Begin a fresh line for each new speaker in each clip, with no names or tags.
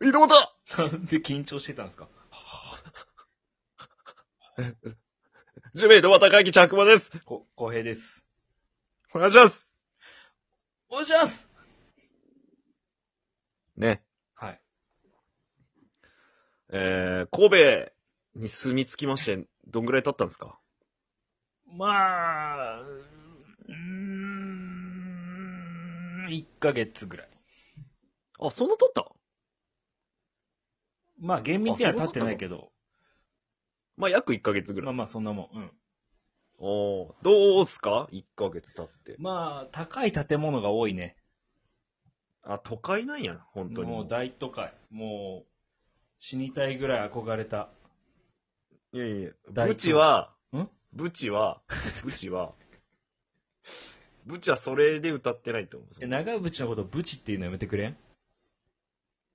微動だ
なん で緊張してたんですか
ジュメイドは高木着馬です。
こ、公平です。
お願いします。
お願いします
ね。
はい。
えー、神戸に住み着きまして、どんぐらい経ったんですか
まあ、うーん、1ヶ月ぐらい。
あ、そんな経った
まあ、厳密には経ってないけど、
まあ、約1ヶ月ぐら
まあ
い。
まあ、そんなもん。うん。
おーどうすか ?1 ヶ月経って。
まあ、高い建物が多いね。
あ、都会なんや、本当に。
もう大都会。もう、死にたいぐらい憧れた。
いやいや、
大
ブチは、
ん
ブチは、ブチは、 ブチはそれで歌ってないと思う。
え長渕のことブチっていうのやめてくれん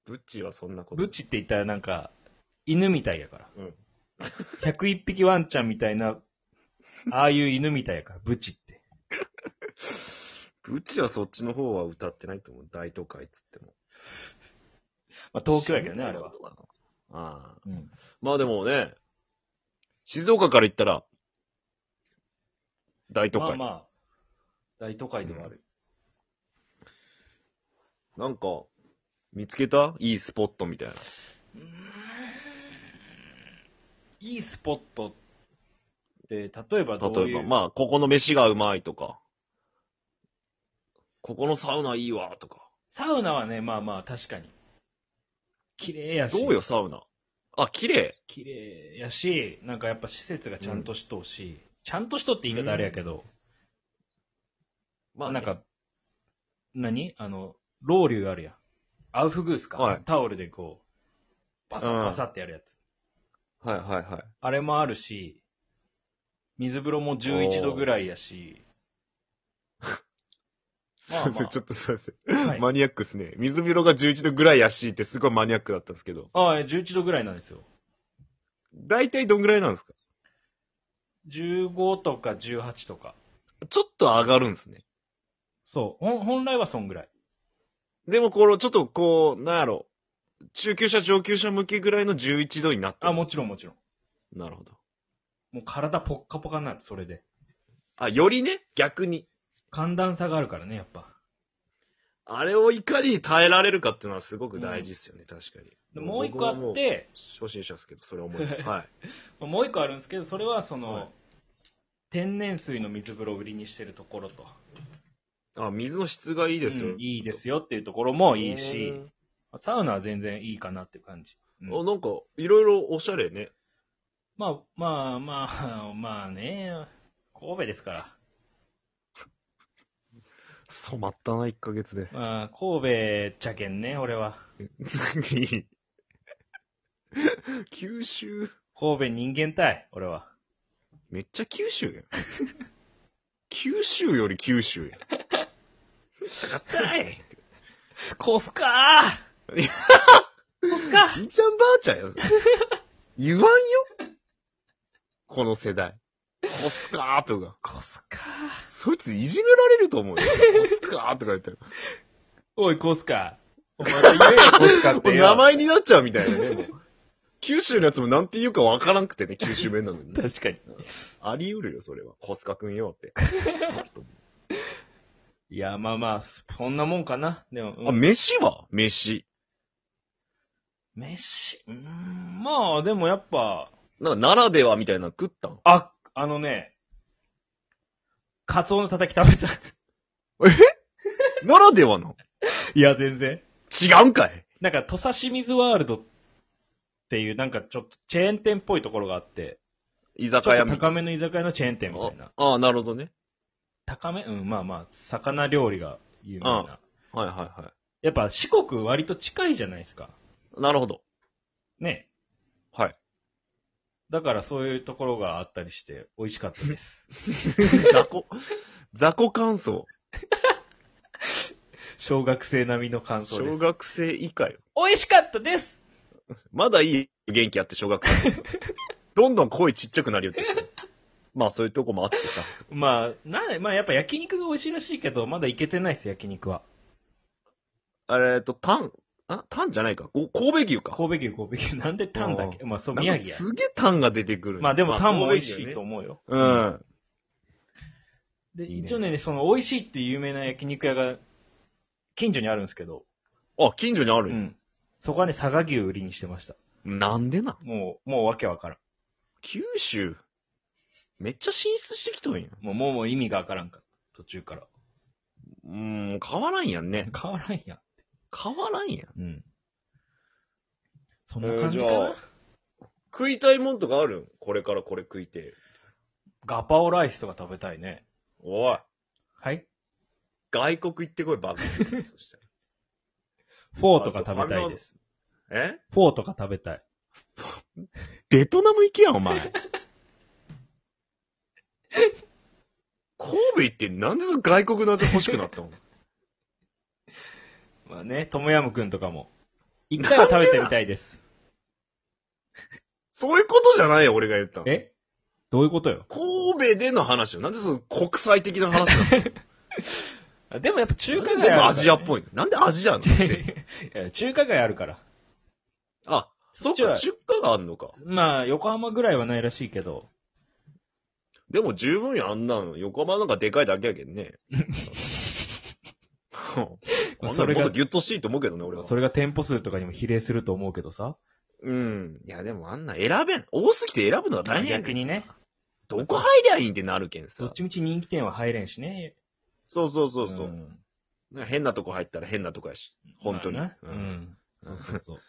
ブチはそんなこと。
ブチって言ったらなんか、犬みたいやから。
うん。
101匹ワンちゃんみたいな、ああいう犬みたいやから、ブチって。
ブチはそっちの方は歌ってないと思う。大都会っつっても。
まあ、東京やけどね、あれは。。
ああ。
うん。
まあでもね、静岡から行ったら、大都
ま
会。
あまあ、大都会ではある。
なんか、見つけたいいスポットみたいな。
いいスポットって、例えばどう
例
い
えば、
う
まあ、ここの飯がうまいとか、ここのサウナいいわとか。
サウナはね、まあまあ、確かに。綺麗やし。
どうよ、サウナ。あ、綺麗。
綺麗やし、なんかやっぱ施設がちゃんとしとうし、ちゃんとしとって言い方あれやけど、
まあ、
なん、か、何あの、ロウリュあるやん。アウフグースか、
はい
タオルでこう、バサッバサってやるやつ。
はいはいはい。
あれもあるし、水風呂も11度ぐらいやし、
すいませ
ま あ
ん、ちょっとすいません。
はい
マニアックっすね。水風呂が11度ぐらいやしいってすごいマニアックだったんですけど。
ああ、11度ぐらいなんですよ。
大体どんぐらいなんですか
15とか18とか。
ちょっと上がるんですね。
そう。ほん本来はそんぐらい。
でもこのちょっとこう、なんやろ。中級者、上級者向けぐらいの11度になってる
あ、もちろんもちろん。
なるほど。
もう体ポッカポカになる、それで。
あ、よりね、逆に。
寒暖差があるからね、やっぱ。
あれをいかに耐えられるかっていうのはすごく大事ですよね、確か
で
に。
もう一個あ
僕はも
っ
う。
て、
初心者ですけど、それ思います。はい。
まあもう一個あるんですけど、それはその、
はい
天然水の水風呂を売りにしてるところと。
あ、水の質がいいですよ。
うんいいですよっていうところもいいうし、
ん。
サウナは全然いいかなっていう感じ。うん
あ、なんか、いろいろおしゃれね。
まあまあまあ、 まあね、神戸ですから。
染まったな、1ヶ月で。
まあ、神戸じゃけんね、俺は。
九州
神戸人間体、俺は。
めっちゃ九州やん。九州より九州やん。硬い。
コスカ
い
ーコスカ
じいちゃんばあちゃん やん。言わんよ。この世代。コスカーとか。
コスカ
そいついじめられると思うよ。コスカーとか言 ったら。
おい、コスカお前が 言えよ、コスカっ
こ
て
れ
よ。
名前になっちゃうみたいなね。もう九州のやつもなんて言うかわからんくてね、九州弁なのにね。
確かに。
あり得るよ、それは。コスカくんよって。
いや、まあまあ、そんなもんかな。でも、うん
あ、飯は飯。
飯、うーん、まあ、でもやっぱ、
なんか、ならではみたいなの食ったん
あ、あのね、カツオのたたき食べた。
ならではの
いや、全然。
違うんかい
なんか、土佐清水ワールドっていう、なんかちょっとチェーン店っぽいところがあって、
居
ち
酒
ょっ
屋み
と
たいな。
高めの居酒屋のチェーン店みたいな。
ああ、なるほどね。
高めうん、まあまあ、魚料理が有名な。
はいはいは
やっぱ四国割と近いじゃないですか。
い。なるほど。
ね。
はい。
だからそういうところがあったりして、美味しかった です。
雑魚、雑魚感想。
小学生並みの感想で
小
す。
学生以下よ。
美味しかったです
まだいい元気あって小学生。どんどん声ちっちゃくなりよってきた。まあそういうとこもあってさ。
まあ、なんで、まあやっぱ焼肉が美味しいらしいけど、まだいけてないです、焼肉は。
あれ、えっと、タン、あ、タンじゃないか。お神戸牛か。
神戸牛、神戸牛。なんでタンだっけまあ、そう、宮城や
なんか。すげえタンが出てくる。
まあでもタンも美味しいと
思
思うよ。
う。うん。
で、
いいね
一応ね、その美味しいっていう有名な焼肉屋が、近所にあるんですけど、
あ、近所にあ
う
るよ。
ん。そこはね、佐賀牛を売りにしてました。
なんでなん
もう、もうわけわからん。
九州、めっちゃ進出してきとんや。
もう、もうもう意味がわからんから、途中から。
うん、変わらんやんね。
変わらんや。
変わらんやん。
うん。そんな感じかな、
えーじゃ食いたいもんとかあるんこれからこれ食いてえ。
ガパオライスとか食べたいね。
おい、
はい
外国行ってこい、バカ。そ した
フォーとか食べたいです。
らえ
フォーとか食べたい。
ベトナム行けや、お前。 神戸行ってなんでその外国の味欲しくなったの
まあね、トムヤムくんとか も。一回は食べてみたいです。
そういうことじゃないよ、俺が言ったの。
えどういうことよ
神戸での話よ。なんでその国際的な話 なの
でもやっぱ中華街ある
で
からね
もアジアっぽいの。なんでアジ アなの
いや中華街あるから。
あ、そっ
じゃ
か、
あ
出荷があんのか。
まあ、横浜ぐらいはないらしいけど。
でも十分やあんなの。横浜なんかでかいだけやけん ね。あんな
そ
の
れ
もっと
が、
ギュッとしていいと思うけどね、俺は
そ。れが店舗数とかにも比例すると思うけどさ。
うん。いや、でもあんな選べん。多すぎて選ぶのは大変やけ
逆
んさ
にね。
どこ入りゃいいんってなるけん
どっ
さ。
ちみち人気店は入れんしね。
そうそうそうそう。
ん
なんか変なとこ入ったら変なとこやし。本当に。
まあな
う
うんん。そうそう そう。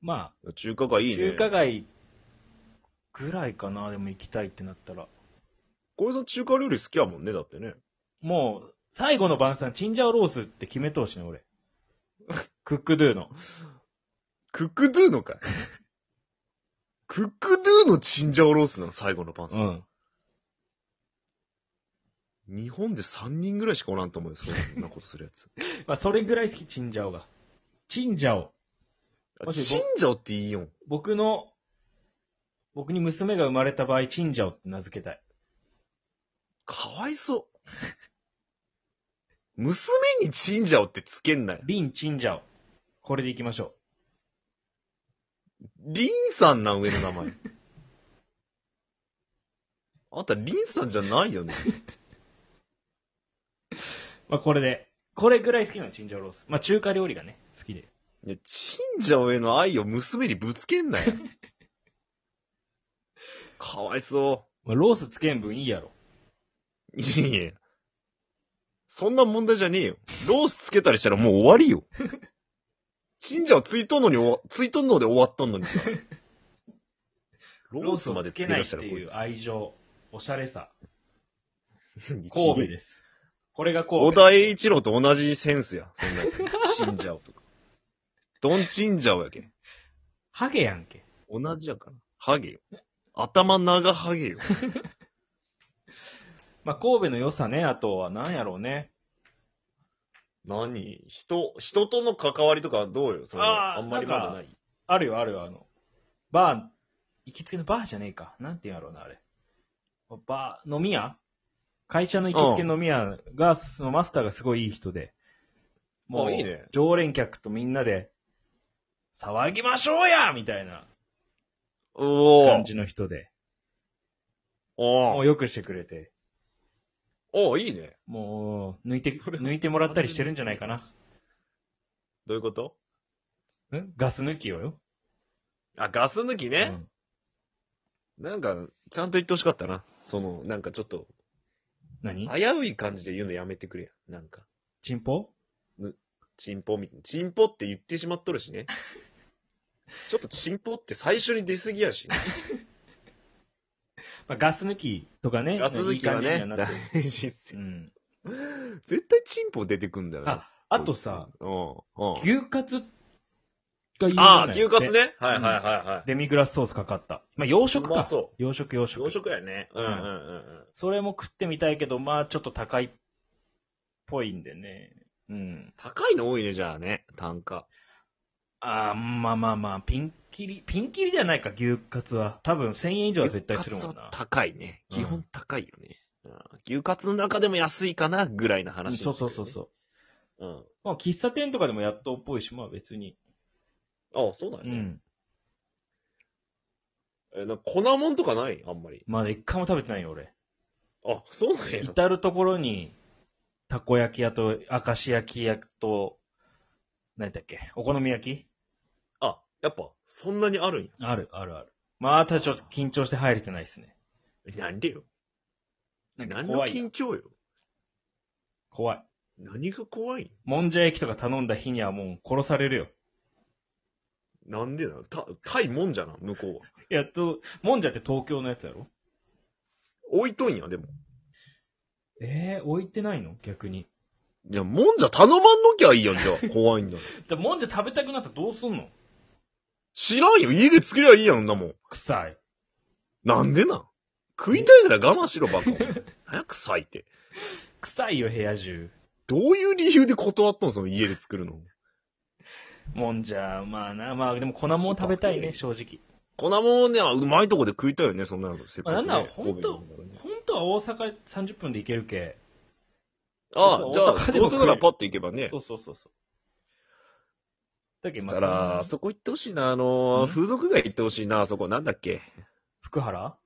ま
中華街
あ、
いいね。
中華街ぐらいかな、でも行きたいってなったら。
小江さん中華料理好きやもんね、だってね。
もう、最後の晩餐、チンジャオロースって決めとうしね、 俺。クックドゥの。
クックドゥの かい。クックドゥのチンジャオロースなの、最後のパンツ。
うん。
日本で3人ぐらいしかおらんと思うよ、そんなことするやつ。
まあ、それぐらい好き、チンジャオが。チンジャオ。
あ
もし
チンジャオっていいよ。
僕の、僕に娘が生まれた場合、チンジャオって名付けたい。
かわいそう。娘にチンジャオってつけんなよ。
リン・チンジャオ。これでいきましょ
リンさんな、上の名前。あんた、リンさんじゃないよね。
う。まあ、これで。これぐらい好きなの、チンジャオロース。まあ、中華料理がね、好きで。
いや、チンジャオへの愛を娘にぶつけんなよ。かわいそ
まあ、ロースつけん分いいやろ。
う。いやいや。そんな問題じゃねえよ。ロースつけたりしたらもう終わりよ。チンジャオついとんのに終わ、ついとんので終わったんのにさ。ロースまでつけ
ロー
出
ス
し
をつ
たら
けないって
こ
い
いう
愛情、おしゃれさ、
つ。
神戸です。これが神
小
戸。
田栄一郎と同じセンスや。そんなやつ。チンジャオとか。ドンチンジャオやけん。
ハゲやんけ。
同じやから。ハゲよ。頭長ハゲよ。
まあ、神戸の良さね、あとは何やろうね。
何人、人との関わりとかどうよその
あー
あんまりまだない。
あるよ、あるよ、あの。バー、行きつけのバーじゃねえか。なんて言うんやろうな、あれ。バー、飲み屋会社の行きつけの飲み屋が、そのマスターがすごいいい人で。
あいいね
常連客とみんなで、騒ぎましょうやみたいな
お
感
ー
じの人で。
お
もう
ー
よくしてくれて。
おーいいね。
もう、抜いて、
それ
抜いてもらったりしてるんじゃないかな。
どういうこと
んガス抜きをよ。
あ、ガス抜き
う
ね。
ん
なんか、ちゃんと言ってほしかったな。その、なんかちょっと、
何
危うい感じで言うのやめてくれや。なんか、
チンポ
チンポみたいな。チンポって言ってしまっとる しね。ちょっとチンポって最初に出すぎや し。
まあガス抜きとかね。
ガス抜きはい
い感じに
ね、
なってる
大事っす
う
よ。
ん。
絶対チンポ出てくんだよな。
あ、あとさ、
うん、うん。
牛カツが有名
あ
な
あ、
んやって
牛カツ。ね。はいはいはいはい。
デミグラスソースかかった。まあ、洋食
うま
か。
そ
洋食、洋食。
洋食やね。うんうんうんうん。
それも食ってみたいけど、まあ、ちょっと高いっぽいんでね。うん。
高いの多いね、じゃあね、単価。
あーまあまあまあ、ピンキリ、ピンキリではないか、牛カツは。多分1000円以上は絶対するもん
牛カツは
な。
高いね。
うん
基本高いよね。うん牛カツの中でも安いかな、ぐらいの話、
そうそうそうそ
う
う。
ん。
まあ、喫茶店とかでもやっとっぽいし、まあ別に。
ああ、そうだよ
う
ね。
ん。
え、なんか粉もんとかないあんまり。
まだ一回も食べてないよ、俺。
あ、そうなんや。
至るところに、たこ焼き屋と、明石焼き屋と、何だっけ、お好み焼き
あ、やっぱ、そんなにあるん
ある、ある、ある。まあ、ただちょっと緊張して入れてないですね。
や。なんでよ。
なんか
何の
怖いな。
緊張よ。
怖い。
何が怖い
もんじゃ焼きとか頼んだ日にはもう殺されるよ。
んなんでなのた、タイもんじゃな、向こうは。
やっと、もんじゃって東京のやつやろ
置いとんや、でも。
ええ置いてないの逆に。
いや、もんじゃ頼まんのきゃいいやん、じゃ あ。怖いんだ。
だもんじゃ食べたくなったらどうすんの
知らんよ、家で作りゃいいやん、んなもん。
臭い。
なんでなん食いたいなら我慢しろ、バカ。お前 何や、臭いって。
臭いよ、部屋中。
どういう理由で断ったの、その家で作るの。
もんじゃ、まあな、まあでも粉もん食べたいね、正直。
粉もんね、うまいとこで食いたいよね、そんなの。せっかく、ね。
まあなんならほんと
神戸なんだからね
本当は大阪30分で行けるけ。
ああ、じゃ
大
あ、
阪で
ど
も
うせならパッと行けばね。
そうそうそうそう。だけ
そ
ど、
し
ま
たら、
あ
あ、そこ行ってほしいな、あのー、
ん
風俗街行ってほしいな、あそこ、なんだっけ
福原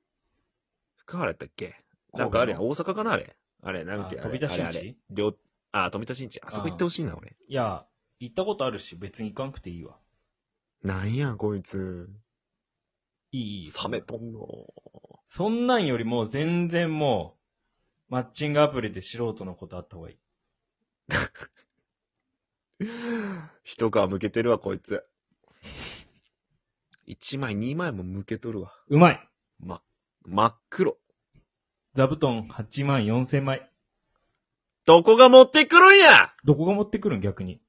福原やったっけなんかあれやん、
神
大阪かなあれ。あれ、なんだっけ
あ
あれ
飛び出し市
あれあれ。両、あ、飛び出しんち。あそこ行ってほしいな、俺。
いや、行ったことあるし、別に行かんくていいわ。
なんや、こいつ。
いい、いい。
冷めとんの。
そんなんよりも、全然もう、マッチングアプリで素人のことあった方がいい。
一皮むけてるわ、こいつ。一枚、二枚もむけとるわ。
うまい
真っ黒。
座布団8万4千枚。
どこが持ってくるんや
どこが持ってくるん逆に。